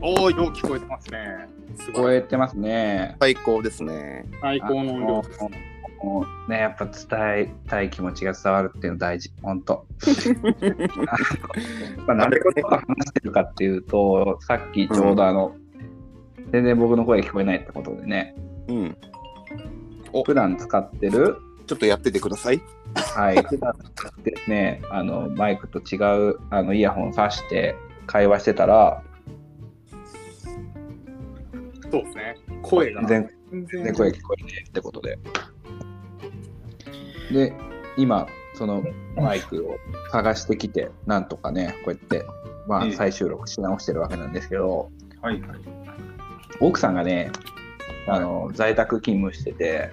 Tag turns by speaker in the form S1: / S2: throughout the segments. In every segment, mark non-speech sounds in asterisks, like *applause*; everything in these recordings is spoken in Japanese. S1: 音よう聞こえてますね。
S2: 聞こえてますね。
S3: 最高ですね。
S1: 最高の音量です、ね。
S2: もうね、やっぱ伝えたい気持ちが伝わるっていうの大事、本 *laughs* 当。まあ、なんでこれを話してるかっていうと、さっきちょうどあの、全然僕の声聞こえないってことでね、
S3: うん。
S2: 普段使ってる、
S3: ちょっとやっててください。
S2: はい、普段使ってるね、あのマイクと違うあのイヤホンさして会話してたら、
S1: そうですね。声が
S2: 全。然
S1: 全然
S2: で声聞こえてってことで。で、今、そのマイクを探してきて、なんとかね、こうやって、ま
S1: え
S2: あ、
S1: え
S2: 再収録し直してるわけなんですけど、
S1: はいはい。
S2: 奥さんがね、あの在宅勤務してて、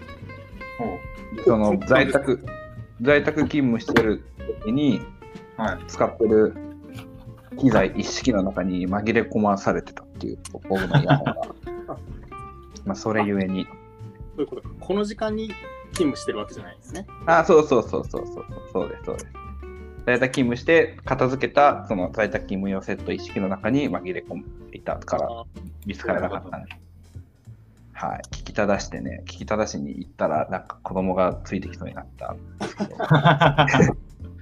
S1: おう
S2: そ
S1: *laughs*
S2: の
S1: そう
S2: 在宅、在宅勤務してる時に
S1: はい。
S2: 使ってる機材一式の中に紛れ込まされてたっていう、僕のイヤホン
S1: *laughs*
S2: がまあ、それゆえに。
S1: そういうことか。この時間に勤務してるわけじゃないですね。
S2: あ、そうそうそうそうそうそうですそうです。在宅勤務して片付けたその在宅勤務用セット一式の中に紛れ込んでいたから
S1: あー
S2: 見つからなかったんです。はい、聞き正してね、聞き正しに行ったら、なんか子供がついてきそうになった。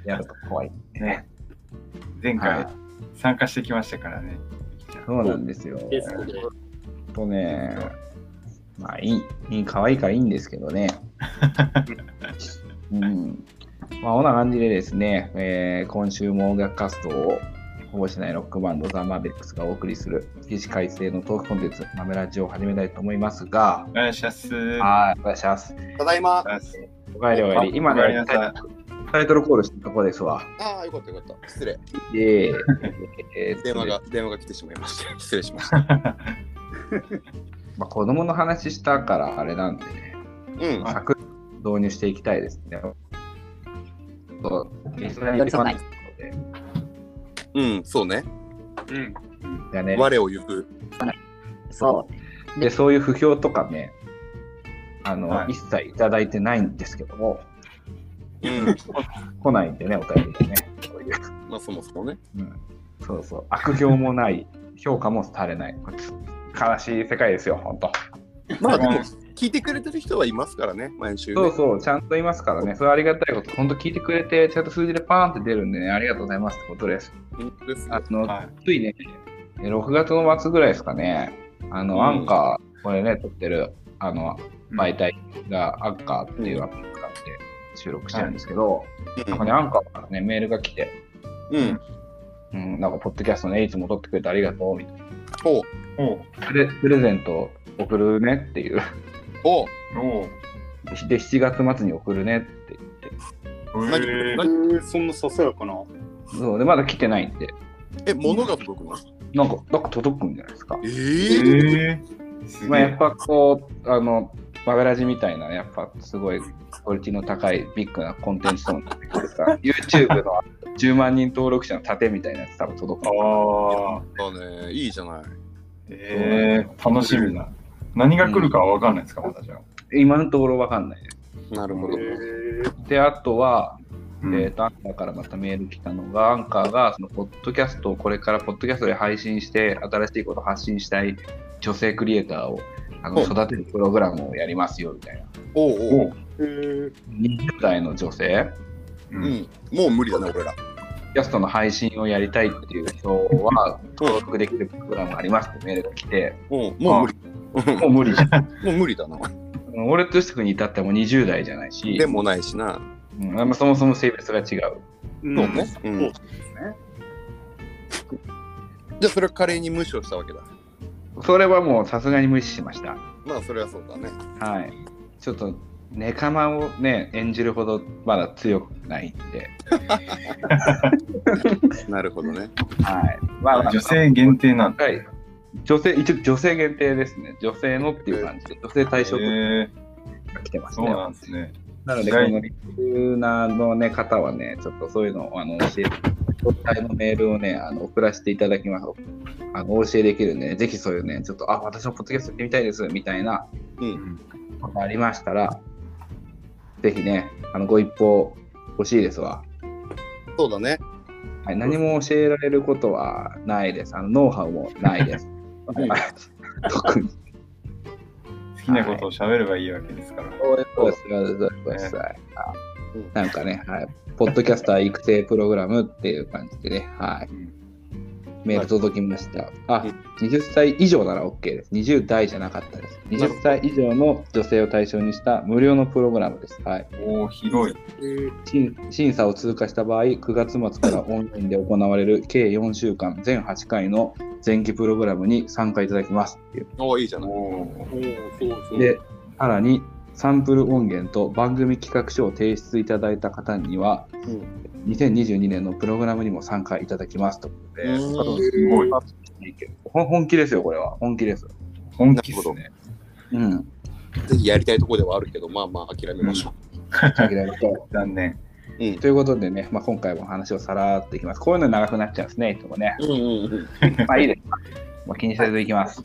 S2: やると怖いね。
S4: ね、 *laughs* 前
S2: は
S4: 回
S2: い、
S4: 参加してきましたからね。
S2: そうなんですよ。
S1: ゲストで。
S2: とね、まあいい、いい、可愛いからいいんですけど
S4: *laughs*
S2: ね。うん。まあ、こんな感じでですね、えー今週も音楽活動を保護しないロックバンドザ・マーベックスがお送りする起死回生のトークコンテンツ、マメラジオを始めたいと思いますが、
S4: お願いします。
S2: はい、お願いします。
S3: ただいま。
S4: お願いします
S2: お帰りお帰り。今
S4: おかえり
S2: ね
S4: なさい、
S2: タイトルコールしたとこですわ。
S3: ああ、よかったよかった。失礼。
S2: イ
S4: *laughs*
S2: エーイえーっとね
S3: 電話が、電話が来てしまいました。失礼し
S1: *laughs*
S3: ました。
S2: まあ、子供の話したからあれなんでね。
S3: うん。
S2: サクッと導入していきたいですね。そう、リスナーにファンですの
S3: うん、そうね。
S1: うん。
S2: で、ね
S3: 我を行く。
S2: そうでそういう不評とかね、あの、
S4: はい
S2: 一切いただいてないんですけども、
S3: うん。
S2: 来ないんでね、お便りでね。そういう
S3: まあ、そもそもね。
S2: うん、そうそう、悪評もない、評価もされない。これ悲しい世界ですよ、本当。
S3: まあ、でも、聞いてくれてる人はいますからね、毎週ね。
S2: そうそう、ちゃんといますからね、それありがたいこと、本当聞いてくれて、ちゃんと数字でパーンって出るんでね、ありがとうございますってことです。
S3: 本当です
S2: あの、
S4: はい
S2: ついね、え6月の末ぐらいですかね、あの、
S4: うん
S2: アンカー、これね、撮ってる、あの、媒体がアンカーっていうアプリ使って収録してるんですけど、なんかね、アンカーからね、メールが来て、
S3: うん。うん。
S2: うん、なんか、ポッドキャストね、いつも撮ってくれてありがとう、みたい
S3: おう
S4: おう
S2: な。で、プレゼント送るねっていう。
S3: おう
S4: おう
S2: で、7月末に送るねって言って。
S3: 何
S4: えー
S3: 何
S1: そんなささやかな。
S2: そう、で、まだ来てないんで、
S3: え、物が届くの
S2: なんか、なんか届くんじゃないですか。
S3: え
S4: え
S3: え
S4: ーす
S2: ま
S4: げ
S2: あ、やっ
S4: え。
S2: ぱこう、あの、マベラジみたいな、やっぱすごいクオリティの高いビッグなコンテンツとなってくるから、YouTube の10万人登録者の盾みたいなやつ多分届くの
S4: ああ、
S3: そうね、いいじゃない。
S4: えー、楽しみだ。何が来るかは分かんないですか、まだじゃあ。
S2: 今のところわかんないです。
S3: なるほ
S1: へ
S3: ど。
S1: ー
S2: で、あとは、
S4: うん
S2: えっ、と、アンカーからまたメール来たのが、アンカーが、その、ポッドキャストをこれからポッドキャストで配信して、新しいことを発信したい女性クリエイターをあの
S3: ほう
S2: 育てるプログラムをやりますよ、みたいな。
S3: おうおう
S4: おう
S1: へー
S2: 20代の女性、
S4: う
S3: うんん。もう無理だね、俺ら。
S2: キャストの配信をやりたいっていう人
S3: *laughs*
S2: は、登録できるプログラムがありますってメールが来て、
S3: うん。もう無理。うん
S2: もう無理じゃん。
S3: もう無理だ *laughs* な。
S2: うん俺としてくに至ってはもう20代じゃないし、
S3: でもないしな。
S2: うんあんまそもそも性別が違う。
S1: うん
S3: そうね。う
S1: そうんで。
S3: じゃあ、それは華麗に無視をしたわけだ。
S2: それはもうさすがに無視しました。
S3: まあ、それはそうだね。
S2: はい。ちょっと、ネカマをね、演じるほどまだ強くないんで、
S3: なるほどね。
S2: はい。まあ、
S4: 女性限定なんだ。
S2: はい。女性、一応女性限定ですね。女性のっていう感じで、女性対象とか
S4: えー、
S2: が来てます
S4: そう
S2: ね。
S4: なんですね。
S2: なので、こ
S4: はい
S2: のリスナーの、ね、方はね、ちょっとそういうのをあの教え詳細のメールをね、あの送らせていただきます。あのお教えできるんで、ね、ぜひそういうね、ちょっと、あ、私もポッドキャストやってみたいです、みたいな
S4: うん
S2: ことありましたら、ぜひね、あのご一報欲しいですわ。
S3: そうだね。
S2: はい、何も教えられることはないです。あのノウハウもないです。
S1: うん
S2: *laughs* 特に。
S4: 好きなことを喋ればいいわけですから。
S2: そういうことですそうですそうです
S1: うん
S2: なんかね、はい、ポッドキャスター育成プログラムっていう感じでね、はい、
S4: うん
S2: メール届きました。あ
S1: うん、
S2: 20歳以上なら OK です。20代じゃなかったです。
S1: なる
S2: 20歳以上の女性を対象にした無料のプログラムです。はい、
S4: おお、広い。
S2: 審審査を通過した場合、9月末からオンラインで行われる計4週間、全8回の前期プログラムに参加いただきますっていう
S3: おおいいじゃ
S4: お
S3: ない。
S4: お。
S1: おーそうそう。
S2: で、さらにサンプル音源と番組企画書を提出いただいた方には、2022年のプログラムにも参加いただきますと。
S1: うん
S4: すごい。
S2: ほん本気ですよ、これは。本気です。
S4: 本気ですね。
S2: うん。
S3: ぜひやりたいところではあるけど、まあまあ諦めましょ
S2: 限られると
S4: 残念。
S3: う。うん。
S2: ということでね、まあ、今回も話をさらっといきます。こういうの長くなっちゃうんですね、いつも
S1: *laughs*
S2: ね。
S3: うんうんうん。
S2: まあいいです。もう気にせずいきます。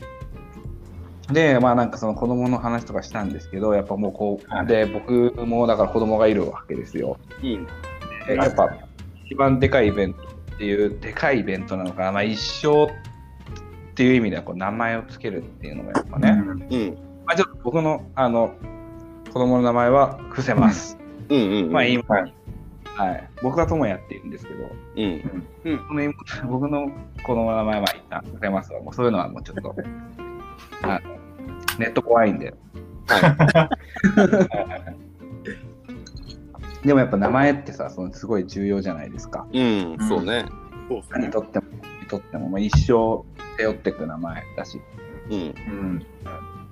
S2: で、まあなんかその子供の話とかしたんですけど、やっぱもうこ、
S4: はいう
S2: で、僕もだから子供がいるわけですよ。
S3: うん。
S2: でやっぱ一番でかいイベントっていうでかいイベントなのかな、まあ、一生っていう意味ではこう名前をつけるっていうのがやっぱね、
S4: うん
S3: うん。
S2: まあ、ちょっと僕のあの子供の名前は伏せます、
S3: うんうんうん。
S2: まあ今、
S4: はい
S2: はい、僕は友也って言うんですけど
S3: うん。
S2: この *laughs* 僕の子供の名前は一旦伏せますわもうそういうのはもうちょっとあのネット怖いんで
S3: は
S2: *laughs* でもやっぱ名前ってさそのすごい重要じゃないですか
S3: い。うん。そうね。
S1: そうっす
S2: 何
S1: ね
S2: とっても何とってももう一生背負っていく名前だし
S3: うん。
S4: うん。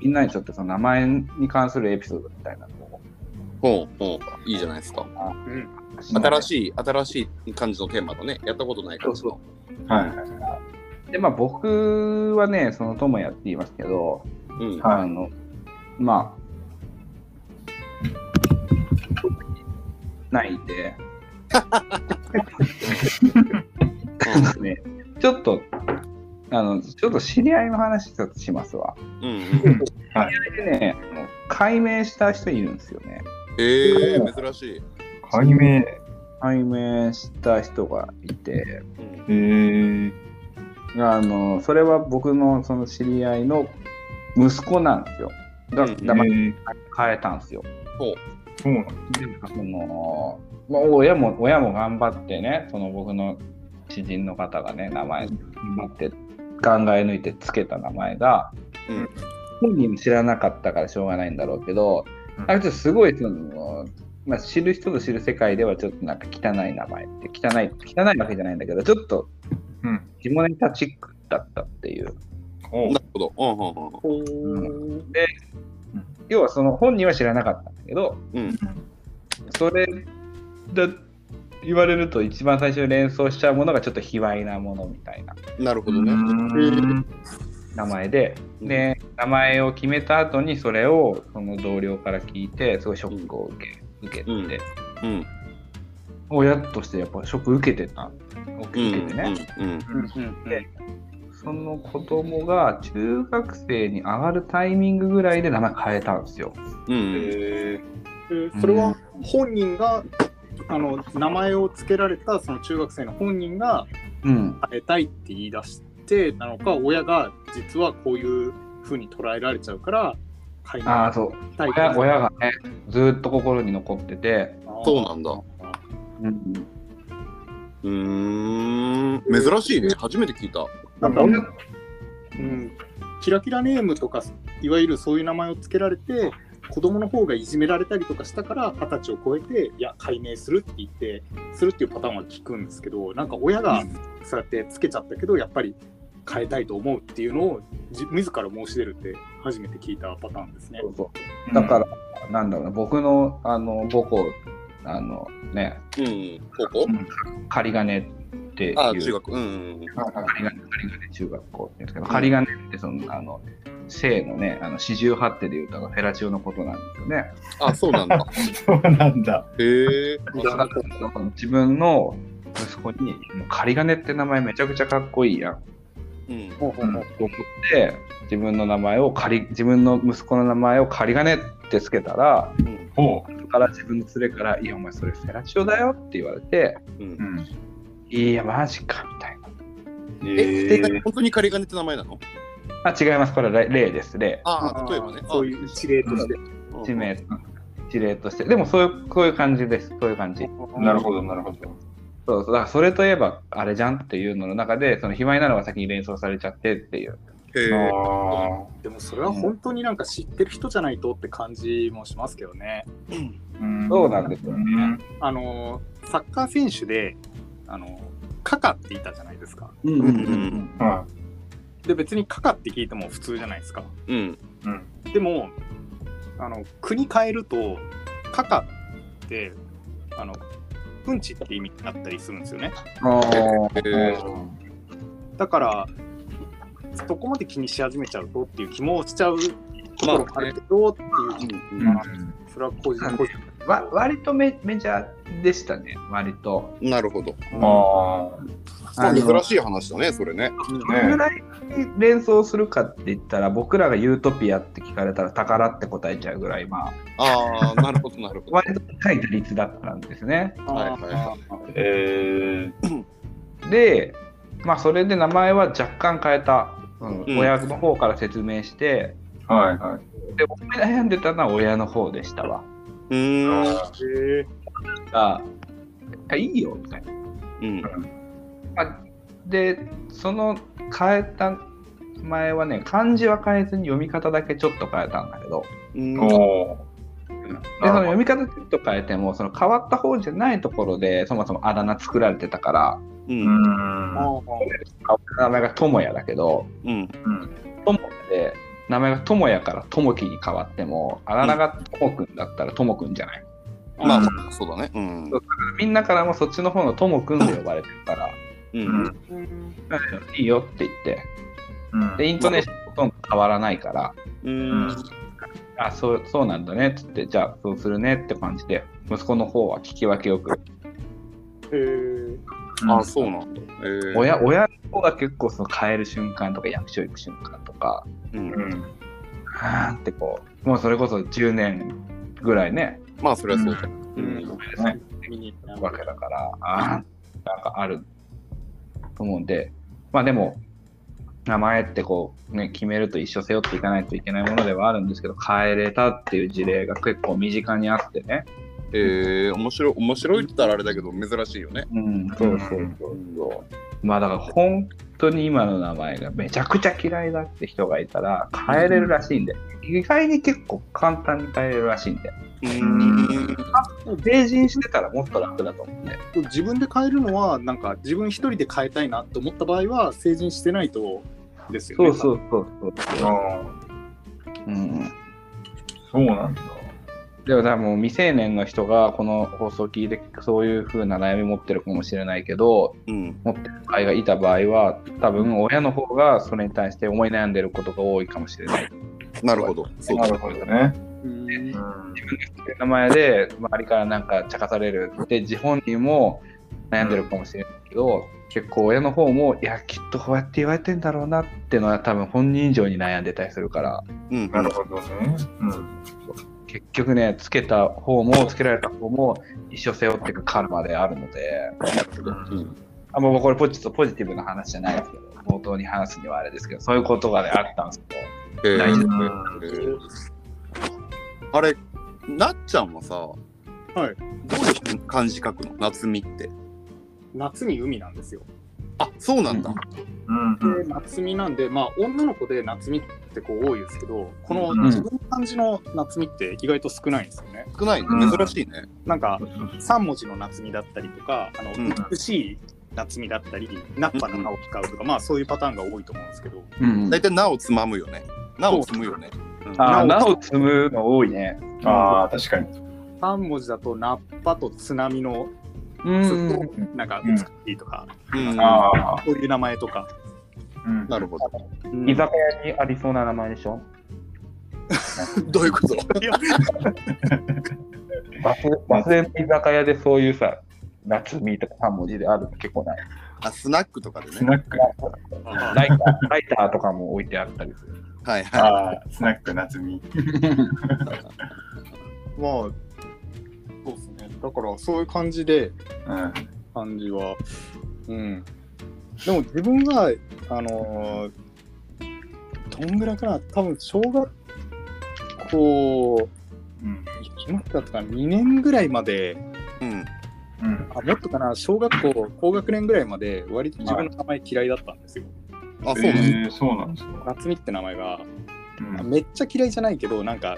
S2: みんなにちょっとその名前に関するエピソードみたいなのを
S3: ほうほう。いいじゃないですか。新しい、新しい感じのテーマだね。やったことない感じの。
S4: は
S2: でまあ僕はねその友也って言いますけど、
S3: うん。
S4: い。は
S2: あ
S4: い。
S2: のまあないん
S3: *laughs*
S2: でなんかねちょっとあのちょっと知り合いの話ちょっとしますわ
S3: うんうん。
S2: でねあの解明した人いるんですよね
S3: ええ、珍しい。
S4: 解明。へ
S2: 解明した人がいて
S3: うん。
S4: え。
S2: あのそれは僕のその知り合いの息子なんですよ。だ
S3: うん
S2: だから
S4: へえ
S2: 変えたんですよ。
S4: そうなんだ
S2: そのまあ、親も親も頑張ってね、その僕の知人の方がね、名前頑張って考え抜いてつけた名前が、
S3: うん
S2: 本人も知らなかったからしょうがないんだろうけど、
S4: うん
S2: あれちょっとすごいその、まあ、知る人と知る世界ではちょっとなんか汚い名前って汚い汚いわけじゃないんだけど、ちょっと
S4: うん。
S2: ジモネタチックだったっていう。
S4: おう
S3: なるほど。う
S1: ほ
S2: う
S1: ー
S2: 要はその本人は知らなかったんだけど
S3: んうんうん。うん。
S2: それだ言われると一番最初に連想しちゃうものがちょっと卑猥なものみたいな
S3: なるほ
S4: う
S3: どね。
S4: ん。
S2: 名前でで名前を決めた後にそれをその同僚から聞いてすごいショックを受け受けて、
S3: うんうん。
S2: 親としてやっぱショック受けてた受
S3: う
S2: け
S3: ん
S2: てね、
S3: うん。
S1: うん
S2: その子供が中学生に上がるタイミングぐらいで名前変えたんですよ。
S3: うん。うん。
S4: へえ。
S1: うんそれは本人があの名前を付けられたその中学生の本人が
S2: うん、
S1: 会えたいって言い出してなのか親が実はこういうふうに捉えられちゃうから会
S2: ああそう
S1: たい
S2: 親親がねずーっと心に残ってて、
S3: そうなんだ。
S2: うん、
S3: うーん。珍しいね。初めて聞いた。
S1: なんか、
S4: う
S1: うん、キラキラネームとかいわゆるそういう名前を付けられて子供の方がいじめられたりとかしたから二十歳を超えていや解明するって言ってするっていうパターンは聞くんですけどなんか親がそうやってつけちゃったけどやっぱり変えたいと思うっていうのをじ自ら申し出るって初めて聞いたパターンですね
S2: そ。うそうだから、なんだろうな僕のあの母校あのね
S3: うん。高校
S2: 仮金っていう
S3: ああ、中学。うん。
S4: はいはい。
S2: 仮金仮金中学校って言うんですけど、仮金ってそのあの姓のねあの四十八手でいうとあのフェラチオのことなんですよね。
S3: あ、そうなんだ。
S4: そうなんだ。
S3: へえ。
S2: だから自分の息子にもう仮金って名前めちゃくちゃかっこいいやんと
S3: うん。
S1: ほうほうほう
S2: 思って自分の名前を仮自分の息子の名前を仮金ってつけたら
S3: うん。
S4: おう。
S2: そこから自分の連れから「いやお前それフェラチオだよ」って言われて。
S3: う
S4: う。
S3: ん
S4: ん。
S2: いや、マジかみたいな。
S3: え、
S4: へえ。
S3: 本当に仮金って名前なの
S2: あ違います。これは例例です。例。
S3: ああ、例えばね。
S1: そういう一例として。
S3: あ
S2: 一名、一例として。でもそういう、こういう感じです。そういう感じ。
S4: なるほど、なるほど。
S2: そうそう。だからそれといえば、あれじゃんっていうのの中で、その、卑猥なのが先に連想されちゃってっていう。
S3: へえ
S4: あ
S1: でもそれは本当になんか知ってる人じゃないとって感じもしますけどね。
S4: ー
S2: そうなんですよ
S4: う
S2: ね。
S4: ん
S1: あのサッカー選手であのカカっていたじゃないですか。
S3: うんうんうん
S4: は
S1: で別にカカって聞いても普通じゃないですか。
S3: うん。
S4: い。うん。
S1: でもあの国変えるとカカってあのうんちって意味になったりするんですよね。
S3: へ
S4: え
S3: え
S4: ー
S1: だからそこまで気にし始めちゃうとっていう気もしちゃうところもあるけどっていう、
S3: うん
S4: うん
S1: それは個人個人
S2: わ割とメメジャーでしたね。割と。
S3: うんなるほど。
S4: あ
S3: まあ
S2: あの
S3: 珍しい話だね、それね。
S2: どれぐらい連想するかって言ったら、僕らがユートピアって聞かれたら宝って答えちゃうぐらい、まあ、
S3: ああ、なるほど、なるほど。
S2: 割と高い打率だったんですね。
S3: はいはいは
S4: ーえ
S2: で、まあ、それで名前は若干変えた。うん
S3: うん
S2: 親の方から説明して、
S4: ーはいは
S2: で、僕が悩んでたのは親の方でしたわ。
S3: うーん。
S1: へ
S2: あ、あいいよ、みたいな。
S3: うん。
S2: あで、その変えた名前はね、漢字は変えずに読み方だけちょっと変えたんだけど、
S4: い。
S3: うん
S4: おー
S2: でその
S4: な
S2: 読
S4: る
S2: み方ちょっと変えてもその変わった方じゃないところでそもそもあだ名作られてたから
S3: う。
S4: ほどうんん。
S1: あー
S2: 名前が智也だけど
S3: うん。
S2: 智也で名前が智也から智樹に変わってもあだ名が智くんだったら智くんじゃない、
S3: まあまあ、そうだね。うん。
S2: みんなからもそっちの方の智くんで呼ばれてるから
S3: う
S4: うん
S3: ん。
S1: うん
S2: いいよって言って
S4: うん
S2: でイントネーションほとんど変わらないから
S3: うん。
S2: あそうそうなんだねっつってじゃあそうするねって感じで息子の方は聞き分けよく
S1: へー
S3: あそうなんだ。えー
S2: 親親の方が結構その変える瞬間とか役所行く瞬間とか
S3: うん
S4: うん
S2: はーってこうもうそれこそ10年ぐらいね
S3: まあ、それはそうだ。う
S1: うんん。
S4: ね
S1: 見に行った
S2: わけだからあーなんかあると思うんでまあでも名前ってこうね決めると一生背負っていかないといけないものではあるんですけど変えれたっていう事例が結構身近にあってね
S3: えー、面白い、面白いって言ったらあれだけど、珍しいよね。
S2: うんそうそうそうそうまあだから本当に今の名前がめちゃくちゃ嫌いだって人がいたら変えれるらしいんで意外に結構簡単に変えれるらしいんで
S3: うーん
S4: ん。
S2: 成人してたらもっと楽だと思うんで
S1: 自分で変えるのはなんか自分一人で変えたいなと思った場合は成人してないとですよ
S2: そ
S1: ね。
S2: うそうそうそう。
S4: あ
S2: うん、
S4: ーそうなんだ。
S2: でもだからもう未成年の人がこの放送を聞いてそういう風な悩み持ってるかもしれないけど
S3: うん。
S2: 持ってる会がいた場合は多分親の方がそれに対して思い悩んでることが多いかもしれない。
S3: なるほど。そう
S4: な
S3: だ。
S4: るほどね。
S1: うん。
S4: うん
S2: 名前で周りからなんか茶化されるで自本人も悩んでるかもしれないけど結構親の方もいやきっとこうやって言われてんだろうなってのは多分本人以上に悩んでたりするから。
S3: うん。
S4: なるほどね。うん
S2: 結局ね、つけた方もつけられた方も一生背負っていくカルマであるので、
S3: うん
S2: あもうこれポジポジティブな話じゃないですけど、冒頭に話すにはあれですけど、そういうことが、ね、あったんですけど、
S3: えー
S2: 大事
S3: えーあれ、なっちゃんはさ、はいどういう漢字書くの夏美って。
S1: 夏に海なんですよ。
S3: あ、そうなんだ。
S4: うんうん
S1: で夏美なんでまあ女の子で夏美ってこう多いですけどこの
S4: うん
S1: 自分の漢字の夏美って意外と少ないんですよね。
S3: 少ないね
S4: うん。
S3: 珍しいね。
S1: なんか
S4: うん
S1: 3文字の夏美だったりとかあの
S3: うん
S1: 美しい夏美だったりナッパの名を使うとかまあそういうパターンが多いと思うんですけど。
S2: うん
S3: 大体、なおつまむよね。なおつむよね。うん
S2: あーなお積むの多いね。
S4: ああ、確かに。
S1: 3文字だとナッパと津波の
S2: う
S1: ずっとなんか美しいとか、
S3: うん
S4: ああ、
S1: そういう名前とか、
S4: うん
S3: なるほど。 *laughs*
S1: うん
S2: 居酒屋にありそうな名前でしょ
S3: どういうこと
S2: バスバスで居酒屋でそういうさ、夏みとか3文字であるの結構ない。
S3: あ、スナックとかで
S4: ス
S3: ね。
S4: ナック。
S2: ライタ *laughs* ーライターとかも置いてあったりする。
S3: はいは
S4: ああ、スナック夏美。
S1: まあそうですねだからそういう感じで
S4: うん。
S1: 感じはうんでも自分があのーどんぐらいかな多分小学校
S4: うん。
S1: 今だったかな2年ぐらいまで
S3: うん。
S4: うん。
S1: あもっとかな小学校高学年ぐらいまで割と自分の名前嫌いだったんですよ、
S3: あ、そう
S4: え
S3: なんだ。
S4: ー、そうなんですか。
S1: 夏美って名前が
S4: うん。
S1: めっちゃ嫌いじゃないけどなんか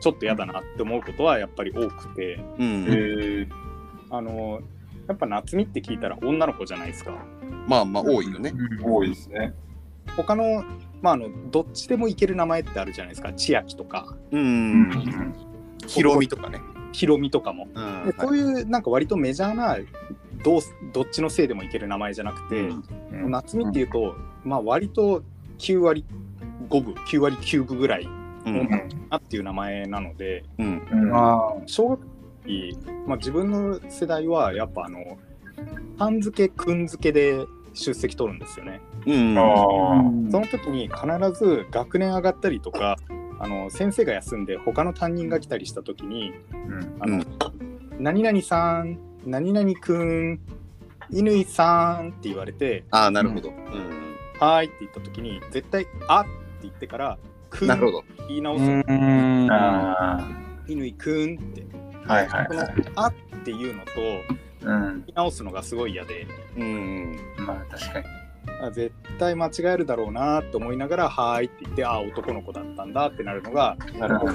S1: ちょっと嫌だなって思うことはやっぱり多くて
S3: う
S4: え
S3: ん。
S4: ー、
S1: あのやっぱ夏美って聞いたら女の子じゃないですか
S3: まあまあ、多いよね。
S4: 多いですね。
S1: 他のまああのどっちでもいける名前ってあるじゃないですか千秋とか
S3: う。
S4: うんん。
S3: ヒロミとかね。
S1: ひろみとかも
S3: うん。
S1: でこういうなんか割とメジャーなどうすどっちのせいでもいける名前じゃなくて、
S3: うん
S4: うん
S1: 夏美っていうと、まあ割と9割5分9割9分ぐらい
S3: うん
S1: あっていう名前なので
S3: うん。
S4: うん。あ
S2: ああ、
S1: 小学期、まあ、自分の世代はやっぱあの「さん付け」「くん付け」で出席取るんですよね。
S3: うん。
S4: あー。
S1: その時に必ず学年上がったりとかあの先生が休んで他の担任が来たりした時に
S4: うん。
S1: あの、何々さん、何々くん、乾さんって言われて、
S3: ああ、なるほど。うん。
S1: はーいって言ったときに、絶対、あって言ってから、くん
S2: なるほ
S1: 言
S2: ど。
S1: い直
S2: う
S1: す、
S2: んあ
S4: あ
S1: 乾くんって。
S4: あ。はいはい
S1: この
S4: はい。、
S1: あっていうのと、言
S4: うん。
S1: い直すのがすごい嫌で、
S3: うん。
S4: まあ確かに。
S1: あ絶対間違えるだろうなと思いながら、はーいって言って、あー、男の子だったんだってなるのが、
S4: なるほど。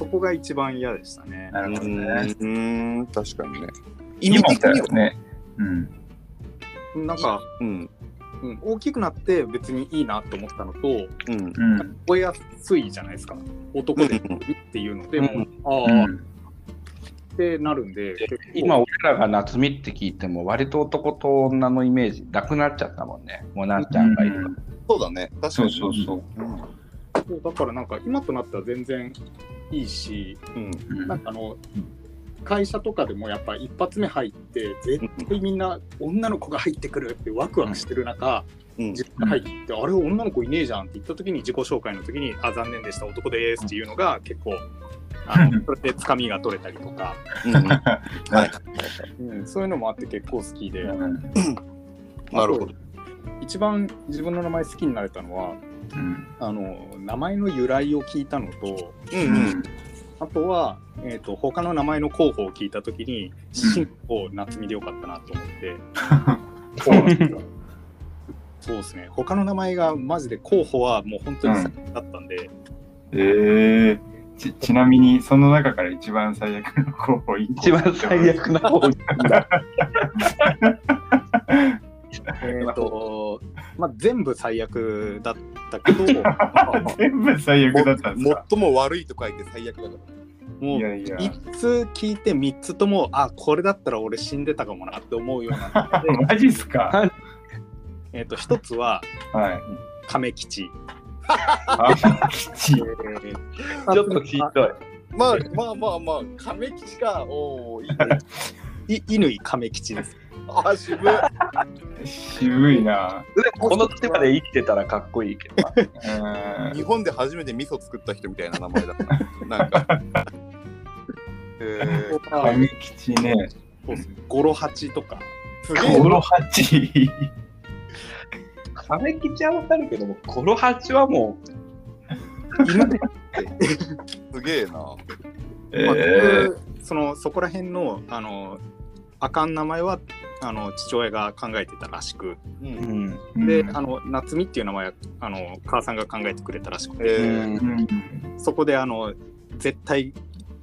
S1: そこが一番嫌でしたね。
S4: なるほどね。
S3: うん。確かにね。
S4: 今
S3: 意味
S4: み
S3: 的
S4: たい
S3: に
S4: な
S3: は
S4: ね。うん。
S1: なんか、
S3: うん。
S1: うん、大きくなって別にいいなと思ったのと、
S3: うん。
S4: うん。
S1: 覚えやすいじゃないですか男でもいいっていうので、
S2: うん
S1: もう
S4: う
S1: ああ
S4: ん
S1: ってなるんで結構
S2: 今、俺らが夏美って聞いても、割と男と女のイメージなくなっちゃったもんね。もうなっちゃんがいる
S3: そうだね。確か
S4: そう
S3: に。
S4: そうそう。
S3: う
S1: そうだからなんか今となったら全然いいし
S3: ん。
S4: うん
S1: なんかあの会社とかでもやっぱ一発目入って絶対みんな女の子が入ってくるってワクワクしてる中、
S3: うん。
S1: 自分が入ってきて、あれ女の子いねえじゃんって言った時に自己紹介の時に「あ残念でした男です」っていうのが結構あのそれでつかみが取れたりとか、
S4: *laughs*
S3: うん。な
S4: はい。
S1: うんそういうのもあって結構好きで。
S4: うん
S3: るほど。
S1: 一番自分の名前好きになれたのは
S4: うん
S1: あの名前の由来を聞いたのと
S3: う
S4: うん
S3: うん
S4: ん。
S1: あとは、えー、と他の名前の候補を聞いた時に「新を夏美でよかったなと思って、
S4: そうなんですよ。
S1: *laughs* そうですね他の名前がマジで候補はもう本当に最悪だったんで、
S4: ええちちなみにその中から一番最悪の候補一個
S2: 一番最悪な方だ。
S1: えーとまあ、全部最悪だった
S4: *laughs*
S1: けども
S4: 全部最悪だったんですか
S3: 最も悪いと書いて最悪だから。
S1: う
S4: いやいや
S1: 1つ聞いて3つともあこれだったら俺死んでたかもなって思うようなの
S4: *laughs*
S1: で、
S4: マジっすか
S1: えー、と1つは
S4: はい
S1: 亀吉。
S4: あ吉
S1: えー
S2: ちょっと聞いたい。
S3: まあまあまあまあ、亀吉か。おお、いいね。 *laughs*
S1: い乾亀吉です。
S3: あ、渋い。
S4: 渋いな
S2: この手まで生きてたらかっこいいけどな。
S4: うん
S3: 日本で初めて味噌作った人みたいな名前だった。なん *laughs* か。えー、
S4: 神吉ね
S1: そうですねゴロ八とか。
S3: すげえ
S4: ゴロハチ
S2: 亀吉はわかるけども、コロハチはも
S1: 今で、
S3: すげえな。
S4: え
S1: まあ
S4: え
S1: そのそこら辺のあのあかん名前はあの父親が考えてたらしく、
S2: う、
S3: うん。
S1: で
S4: うん
S1: あの夏美っていう名前はあの母さんが考えてくれたらしく
S3: え
S1: て、
S3: ー、
S4: うん
S1: そこであの絶対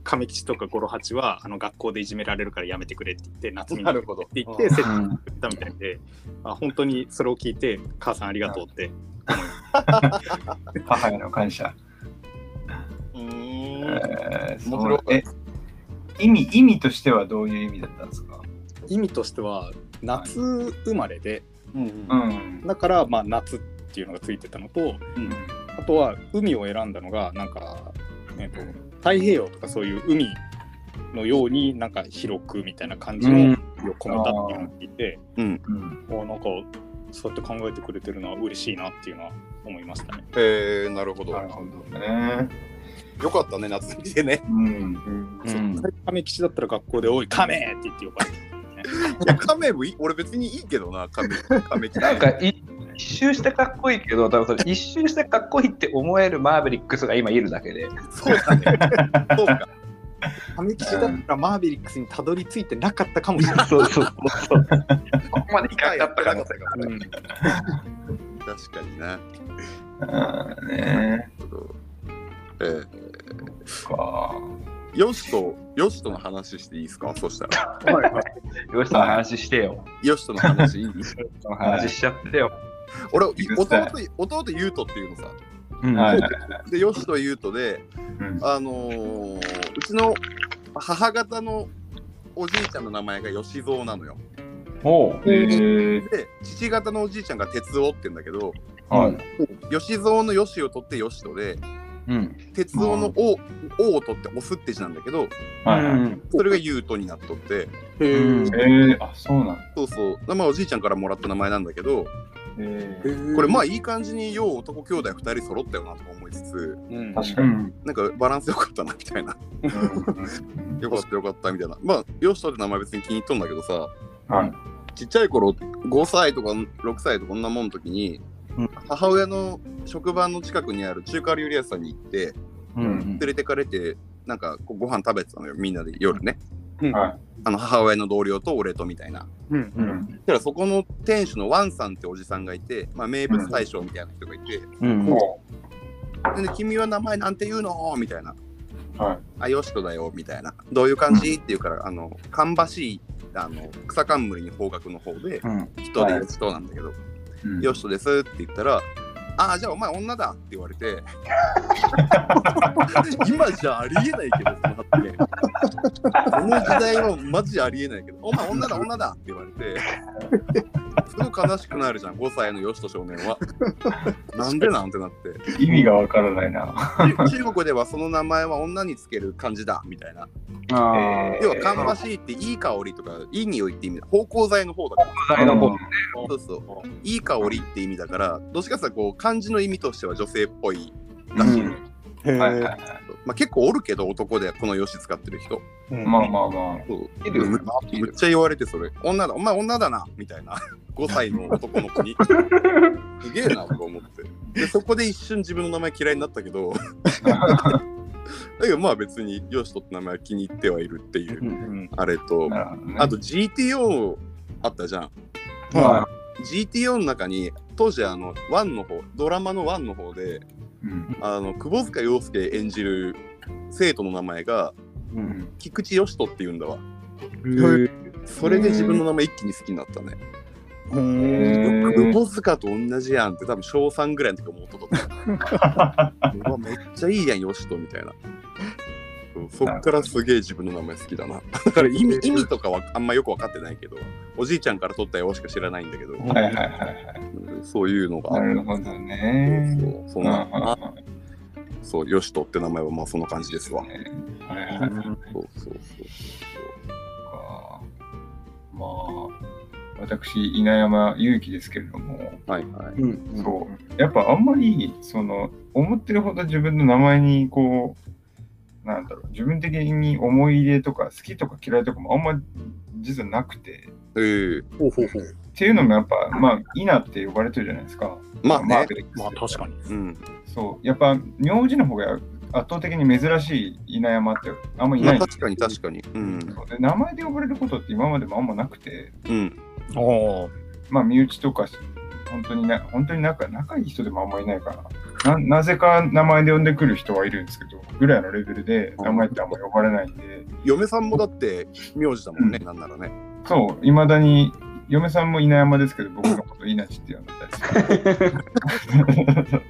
S1: 亀吉とか五郎八はあの学校でいじめられるからやめてくれって言って夏美に
S3: なるほど。
S1: って言って、セットに言ったみたいで、あ本当にそれを聞いて母さんありがとうって
S4: 母への感謝
S3: うん。
S4: ええ
S3: 面
S4: そ
S3: 白
S4: う
S3: い
S4: え意味意味としてはどういう意味だったんですか
S1: 意味としては夏生まれで
S3: うん
S4: う。ん
S1: だから、まあ、夏っていうのがついてたのとあとは海を選んだのがなんか、えー、と太平洋とかそういう海のようになんか広くみたいな感じの
S2: うん
S1: 意味を込めたっていうのを聞いて、
S4: うん
S1: おなんかそうやって考えてくれてるのは嬉しいなっていうのは思いましたね。
S3: えー、なるほど。
S4: なるほどね
S3: よかったね、夏見てね。
S4: うん
S2: う、うん、
S1: 亀吉だったら学校で「おい亀!」って言って呼ばれて
S3: いや、亀もいい俺別にいいけどな、亀。亀
S2: なんかい一周してかっこいいけど、多分それ一周してかっこいいって思えるマーヴェリックスが今いるだけで、
S3: そうだね。そうか。
S5: 神吉だったらマーヴェリックスにたどり着いてなかったかもしれない。
S2: そうそうそうここまでいかんかったから、
S3: たか
S1: うん
S3: 確かにな。
S4: あーね
S3: えー、
S4: そっか。
S3: ヨシと、ヨシとの話していいですかそしたら。
S1: はいはい
S2: よしの話してよ。
S3: ヨシとの *laughs* 話いい
S2: その話しちゃってよ。
S3: 俺、い弟、弟ユウトっていうのさ。
S2: うん
S4: はい
S2: は
S4: はいい
S3: で、ヨシとユウトで、
S4: うん
S3: あのーうちの母方のおじいちゃんの名前が吉蔵なのよ。
S2: おう
S4: えー、
S3: で、父方のおじいちゃんが鉄夫って言うんだけど、
S4: はい。
S3: 吉蔵の吉を取って吉とで、
S2: うん。
S3: 鉄夫の王王を取ってオスって字なんだけど、
S4: はいは
S2: う
S4: い。
S2: ん
S3: それがユウトになっとって、
S1: へー
S4: えー、あ、そうなんだ。
S3: そうそう、まあおじいちゃんからもらった名前なんだけど、
S4: え
S1: へ
S4: ー、
S1: ー
S3: これまあいい感じによう男兄弟2人揃ったよなとか思いつつ、
S1: うん
S4: 確
S2: う
S4: かに。
S2: ん。
S3: なんかバランス良かったなみたいな、
S4: うん
S3: よかったよかったみたいな、まあヨシトって名前別に気に入っとんだけどさ、
S4: はい。
S3: ちっちゃい頃5歳とか6歳とかこんなもんの時に、
S2: うん
S3: 母親の職場の近くにある中華料理屋さんに行って
S2: うん。
S3: 連れてかれてなんかこうご飯食べてたのよみんなで夜ね、
S1: うん
S4: はい
S3: あの母親の同僚と俺とみたいな
S1: うん
S2: う。
S4: うんん。
S3: だからそこの店主のワンさんっておじさんがいて、まあ、名物大将みたいな人がいて、
S2: うん。
S4: も
S3: でね君は名前なんて言うのみたいな
S4: う、はい。
S3: あ、よしとだよ、みたいな。どういう感じ、っていうから、あの、かんばしい、あの、草冠に方角の方で、
S2: うん。
S3: 人でよしとなんだけど、
S4: うん
S3: よしとですって言ったら、ああ、じゃあお前女だって言わ
S4: *laughs*
S3: れて、今じゃありえないけど、その発言。この時代はマジありえないけど、お前女だ、女だって言われて、すごい悲しくなるじゃん、5歳のよしと少年は。なんでなんて
S4: *laughs*
S3: なって。
S4: 意味がわからないな。
S3: 中国ではその名前は女につける漢字だ、みたいな。
S2: あ
S3: 要は、かんばしいっていい香りとか、いい匂いって意味だ。芳香剤の方だから。
S2: あ、の方
S3: そうそう。いい香りって意味だから、どっちかっていうとこう、漢字の意味としては女性っぽいらしい。
S2: うん
S1: へー
S4: はいはいはい。
S3: まあ、結構おるけど、男でこのよし使ってる人。
S1: うん
S4: まあまあまあ。
S3: そう
S2: いる
S3: むむっちゃ言われて、それ。女だ、お前女だな、みたいな。5歳 *laughs* の男の子に。 *laughs* すげえな、とか思って。で、そこで一瞬自分の名前嫌いになったけど、 *laughs* だけどまあ別に、よしとって名前は気に入ってはいるっていう、
S1: うん
S3: あれと、
S4: なるほどね
S3: あと GTO あったじゃん。
S2: は
S3: GTO の中に当時あの1の方ドラマの1の方で
S4: うん
S3: あの窪塚洋介演じる生徒の名前が
S2: い。うん。
S3: 菊池義人って言うんだわ
S1: へ
S3: それで自分の名前一気に好きになったね
S1: ー
S4: へー
S3: 窪塚と同じやんって多分小3ぐらいの時思っ
S4: *laughs*
S3: とったと思ううわめっちゃいいやん義人みたいなそうそっからすげえ自分の名前好きだなだから意味意味とかはあんまよく分かってないけどおじいちゃんから取ったよしか知らないんだけど、
S4: はいはいはい
S3: そういうのが
S4: はい。
S3: あ
S4: な
S3: る
S4: るほどね。
S3: そうそうそん
S4: うんうん
S3: なそう、よしとって名前はまあそんな感じですわ。
S4: うんはいはいはい
S3: そうそう
S4: か。まあ、私、稲山祐希ですけれども、
S3: そう。はいはい。
S2: うん。
S4: そう、やっぱあんまり、その、思ってるほど自分の名前に、こう、なんだろう、自分的に思い入れとか、好きとか嫌いとかもあんま実はなくて、
S3: ええ
S1: ほうほうほう
S4: っていうのもやっぱ、まあ、稲って呼ばれてるじゃないですか。
S3: まあ
S4: マー
S3: ね
S4: ベ。リックス
S1: まあ確かに。
S3: うん。
S4: そう、やっぱ、名字の方が圧倒的に珍しい稲山ってあんまりい
S3: ま
S4: ない
S3: あ
S4: んです
S3: 確かに確かに。うん。
S4: そうで名前で呼ばれることって今までもあんまなくて、
S3: うん。
S1: ああ。
S4: まあ、身内とかし、本当にな、本当に仲仲いい人でもあんまいないから、ななぜか名前で呼んでくる人はいるんですけど、ぐらいのレベルで名前ってあんま呼ばれないんで、
S3: 嫁さんもだって名字だもんね、なんならね。
S4: そう、いまだに、嫁さんも稲山ですけど、僕のこと稲地って呼んでたりする。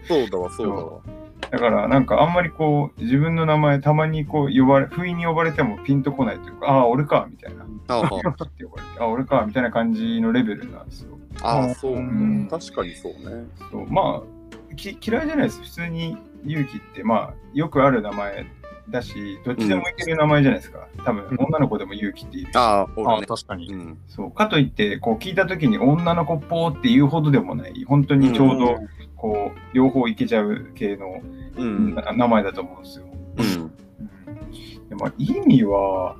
S3: そうだわ、そうだわ。
S4: だから、なんかあんまりこう、自分の名前、たまにこう、呼ばれ、不意に呼ばれてもピンとこないというか、ああ、俺か、みたいな。
S3: ああ
S4: って呼ばれて、あ、俺か、みたいな感じのレベルなんですよ。
S3: ああ、そう
S1: う。
S4: ん
S3: 確かにそうね。
S4: そうまあき嫌いじゃないです普通に勇気ってまあよくある名前だしどっちでもいける名前じゃないですか、多分
S1: うん
S4: 女の子でも勇気っていう、
S3: ああ、
S1: あ
S3: 俺
S1: あ
S3: ね。
S1: 確か
S3: う
S1: に。
S3: ん。
S4: そうかといってこう聞いた時に女の子っぽーっていうほどでもない本当にちょうどこう、両方いけちゃう系の、
S3: うん。
S4: な名前だと思うんですよ、
S3: うん。
S4: うん、でまあ意味は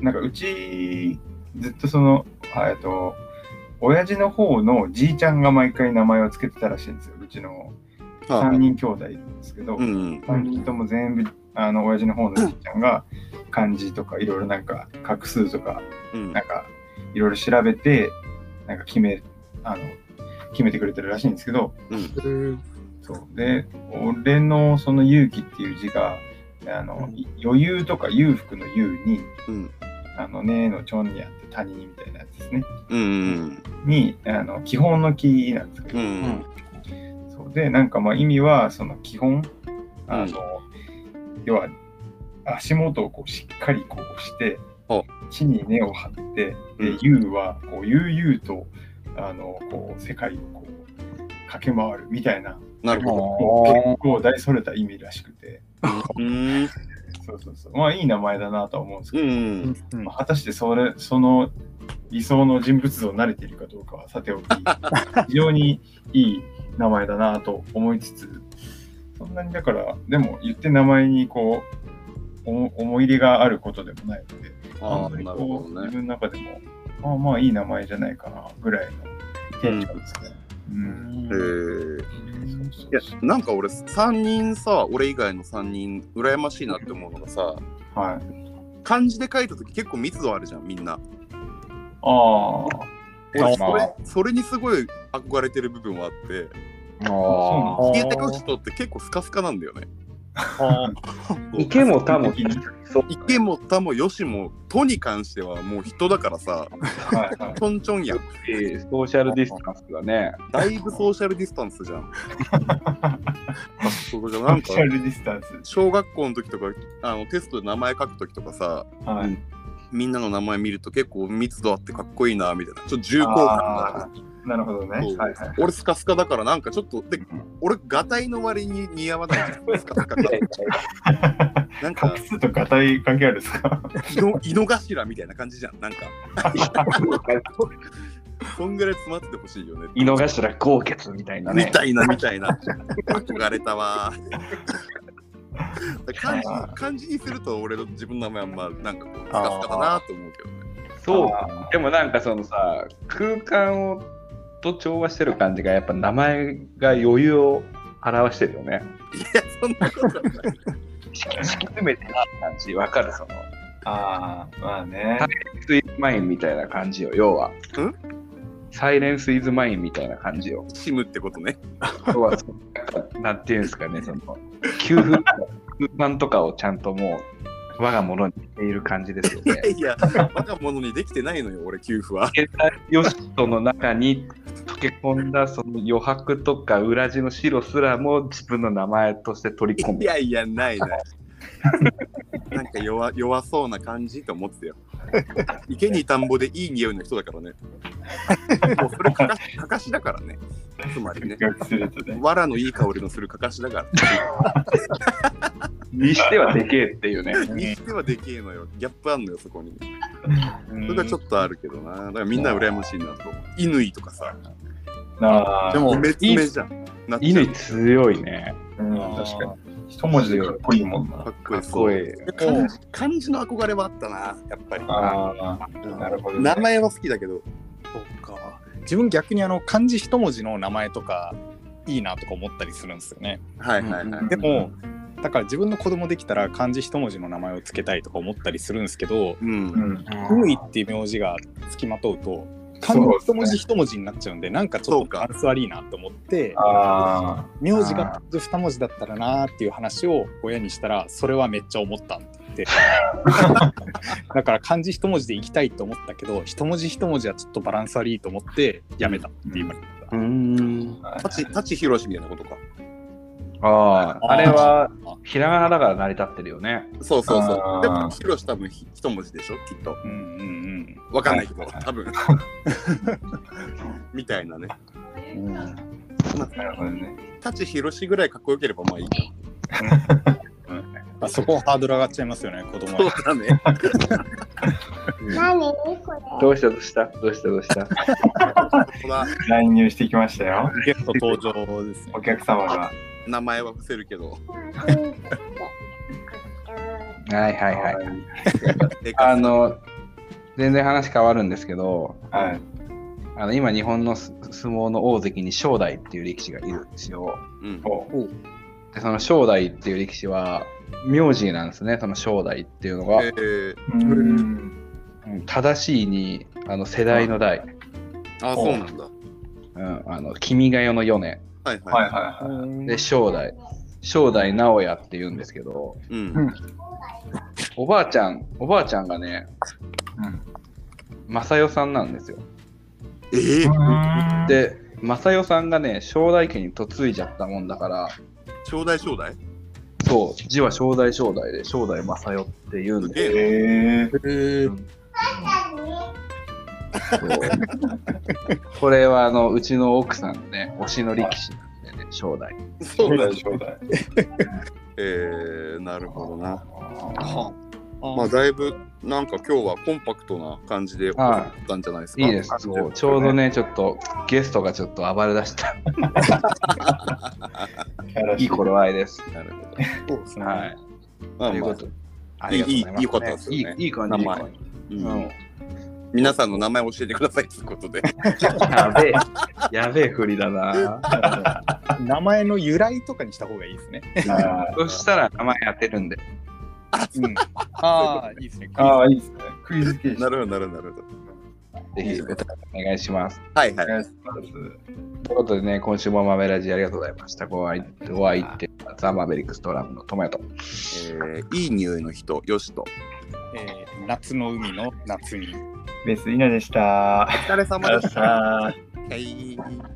S4: なんかうちずっとそのあえっと親父の方のじいちゃんが毎回名前をつけてたらしいんですよ。うちの
S3: は
S4: 3
S3: い
S4: 人兄弟なんですけど、
S3: うんうん
S4: 3人とも全部、あの、親父の方のじいちゃんが漢字とかいろいろなんか画数とか、
S3: うん
S4: なんかいろいろ調べて、なんか決め、あの、決めてくれてるらしいんですけど、そう。で、俺のその勇気っていう字が、あの、余裕とか裕福の裕に、
S3: うん
S4: あのねのちょんにあって谷にみたいなやつですね。
S3: うん
S4: に、あの基本の木なんですけ
S3: う
S4: ど、
S3: ん
S4: そうで、なんかまあ意味はその基本、あの、
S3: うん
S4: 要は足元をこうしっかりこうして
S3: ほ、
S4: 地に根を張って、
S3: う
S4: で
S3: ん、
S4: 優はこう悠々と、あの、こう世界をこう駆け回るみたいな、
S3: なるほ
S4: こう結構大それた意味らしくて、
S3: どうん
S4: そうそうそう。まあいい名前だなとは思うんですけ
S3: う
S4: ど、
S3: ん
S4: まあ果たしてそれその理想の人物像に慣れているかどうかはさ
S3: *laughs*
S4: ておき非常にいい名前だなと思いつつそんなにだからでも言って名前にこう思思い入れがあることでもないので
S3: あ
S4: あ
S3: あ
S4: んまり
S3: なる
S4: こ
S3: ほ
S4: う、自
S3: どね
S4: 分の中でもまあまあいい名前じゃないかなぐらいのテンションですね。うん
S3: えー
S4: そう
S3: いやなんか俺3人さ俺以外の3人羨ましいなって思うのがさ
S4: はい、
S3: 漢字で書いた時結構密度あるじゃんみんな
S4: ああ
S3: 俺そ
S2: ま
S3: れそれにすごい憧れてる部分はあって
S1: あ
S2: あ
S1: ー
S3: 消えてく人って結構スカスカなんだよね
S1: あ
S3: *laughs*
S2: あ。池も多も
S4: 的に
S2: そう。
S3: 池も田もよしも都に関してはもう人だから
S4: は
S3: さ
S4: いはい
S3: ちょんちょんやん
S2: ソーシャルディスタンスがね。
S3: だいぶソーシャルディスタンスじゃんそうだ
S4: ソ
S3: からなん
S4: ー
S3: か
S4: シャルディスタンス。
S3: 小学校の時とかあのテストで名前書く時とかさ
S4: はい。
S3: みんなの名前見ると結構密度あってかっこいいなみたいなちょっと重厚感があ
S4: あーなるほどね。はい
S3: そう
S4: はいはい。
S3: る俺スカスカだからなんかちょっとで俺がたいの割に似合わないじゃんスカスカがなんか
S4: *laughs* 画数とガタイ関係あるんですか
S3: 井の井の頭みたいな感じじゃんなんかそんぐらい詰まっててほしいよね
S2: 井の頭豪傑みたいな
S3: み
S2: ね。
S3: たいなみたいな憧れたわ漢字漢字にすると俺の自分の名前はまあなんかこうスカスカだなと思うけどね
S2: そう。でもなんかそのさ、空間をと調和してる感じがやっぱ名前が余裕を表してるよね。
S3: いやそんなことはない
S2: 敷き詰めてる感じ、わかるその。
S4: ああ、まあね。
S2: サイレンスイズマインみたいな感じよ、要は。
S3: ん
S2: サイレンスイズマインみたいな感じよ。
S3: シムってことね
S2: 要はその *laughs* なんかなんていうんですかね、その、給付空間とかをちゃんともう、我が物にしている感じですよね。
S3: いや若者にできてないのよ俺給付は
S2: 池田よしとの中に溶け込んだその余白とか裏地の白すらも自分の名前として取り込む
S3: い。やいやないない *laughs* なんか弱弱そうな感じと思ってたよ池に田んぼでいい匂いの人だからねもうそれかかかかしだからねつまりね
S4: 学するとね。
S3: 藁のいい香りのするかかしだから
S2: にしてはでけえっていうね。
S3: にしてはでけえのよ。ギャップあんのよ、そこに。それがちょっとあるけどな。だからみんな羨ましいなと思う。乾とかさ、
S4: ああ、
S5: でも
S3: めつめじゃん。なっちゃう
S2: 乾強いね。
S4: うん、確かに。一文字でかっこいいもんな
S3: か。っこ
S2: か
S3: いい
S2: っ。こ
S3: い。
S2: いい。
S3: 漢字漢字の憧れはあったな、やっぱり。
S4: ああ、なるほど、ね。
S3: 名前は好きだけど。
S5: そうか自分逆にあの漢字一文字の名前とかいいなとか思ったりするんですよね
S3: はいはいはい。
S5: でもだから自分の子供できたら漢字一文字の名前をつけたいとか思ったりするんですけど
S3: う。
S4: うんん。
S5: 「うい」っていう名字がつきまとうと漢字一文字一文字になっちゃうんでなんかちょっとバランス悪いなと思って
S4: あ
S5: 名字が漢字二文字だったらなーっていう話を親にしたらそれはめっちゃ思ったって言ってだから漢字一文字でいきたいと思ったけど一文字一文字はちょっとバランス悪いと思ってやめたって言いました。
S2: うん。
S4: あ、
S3: 舘舘ひろしみたいなことか。
S2: ああ、あれは、ひらがなだから成り立ってるよね。
S3: そうそうそ
S4: あ
S3: う。
S4: ー
S3: でも、ひろし多分ひ一文字でしょ、きっと。
S5: うんうん
S3: わかんないけど、
S4: はい
S3: 多分。みたいなね。
S5: うんうん
S4: なるほどね。
S3: 舘ひろしぐらいかっこよければまあいいか。
S5: あそこハードル上がっちゃいますよね子供
S3: そう
S5: は。
S3: だね。
S6: 何これ
S2: どうしたどうしたどうしたどうした
S3: この
S4: 乱入してきましたよ。
S5: ゲスト登場ですね
S4: お。客様が。
S3: 名前は伏せるけど。
S2: はいはいはい。
S3: でか
S2: あ
S3: さ
S2: の、全然話変わるんですけど、
S4: はい。
S2: あの今、日本のす相撲の大関に正代っていう力士がいるんですよ。
S3: うん
S4: こ
S2: で、その正代っていう力士は、名字なんですね、その正代っていうのが。
S3: え
S4: う
S3: ー、
S4: うん
S2: うん正しいに、あの世代の代、
S3: あそうなんだ。は
S2: うん、あの君が代の米、
S3: いはい。
S4: はいはいは
S2: で、正代、正代直哉って言うんですけど、
S3: うん、
S2: おばあちゃん、おばあちゃんがね、
S4: い。うん
S2: 正代さんなんですよ。
S3: えー、
S4: うん、
S2: で、正代さんがね、正代家に嫁いじゃったもんだから、
S3: ちょうだいちょうだい
S2: そう、字は正代正代で、正代正代って言うん
S3: す
S2: です
S3: げえ
S4: え
S2: け
S4: ー、
S2: ど、 *laughs* これはあのうちの奥さんのね、推しの力士なんでね、正代。
S3: な。そ
S4: そうう
S3: だ
S4: だ
S3: よ
S4: よ、。そうだよ。
S3: えー、なるほどな。
S5: あ
S3: まあだいぶなんか今日はコンパクトな感じで終わったんじゃないですか。
S2: いいです。そうちょうどね、ちょっとゲストがちょっと暴れ出した。いい頃合いです。
S3: なるほど。
S5: そうですね。
S2: はい。
S3: まあ
S2: という
S3: ま
S2: こ
S3: あ
S2: と。
S3: いい
S2: ありがとうござ
S3: いい
S2: い
S3: よかっ
S2: ま
S3: たですす
S2: ね
S3: よね
S2: いいいい感じ。
S3: 名前
S2: いい感じ
S3: うん
S2: うん、
S3: 皆さんの名前教えてくださいってこと
S2: *laughs*
S3: で。
S2: やべえ、やべえ振りだな。 *laughs*
S5: 名前の由来とかにした方がいいですね。
S4: あ
S2: そしたら名前当てるんで。
S5: うん、ああ、いいですね。
S4: あー、いいですね。クイズ形式
S3: なるほどなるほどなるほど。
S2: ぜひお願いします。
S3: はい
S4: お
S3: はい。
S4: 願いしま
S2: と
S4: す。
S2: いうことでね、今週もマメラジありがとうございました。ご相手ご相手はザ・マーベリックストラムのトマト。
S3: えー、いい匂いの人よしと。
S5: えー夏の海の夏に。
S4: ベース、稲でした。
S3: お疲れ様
S4: あ
S3: で
S4: りがとうございま
S3: し。
S4: したた。
S3: はい。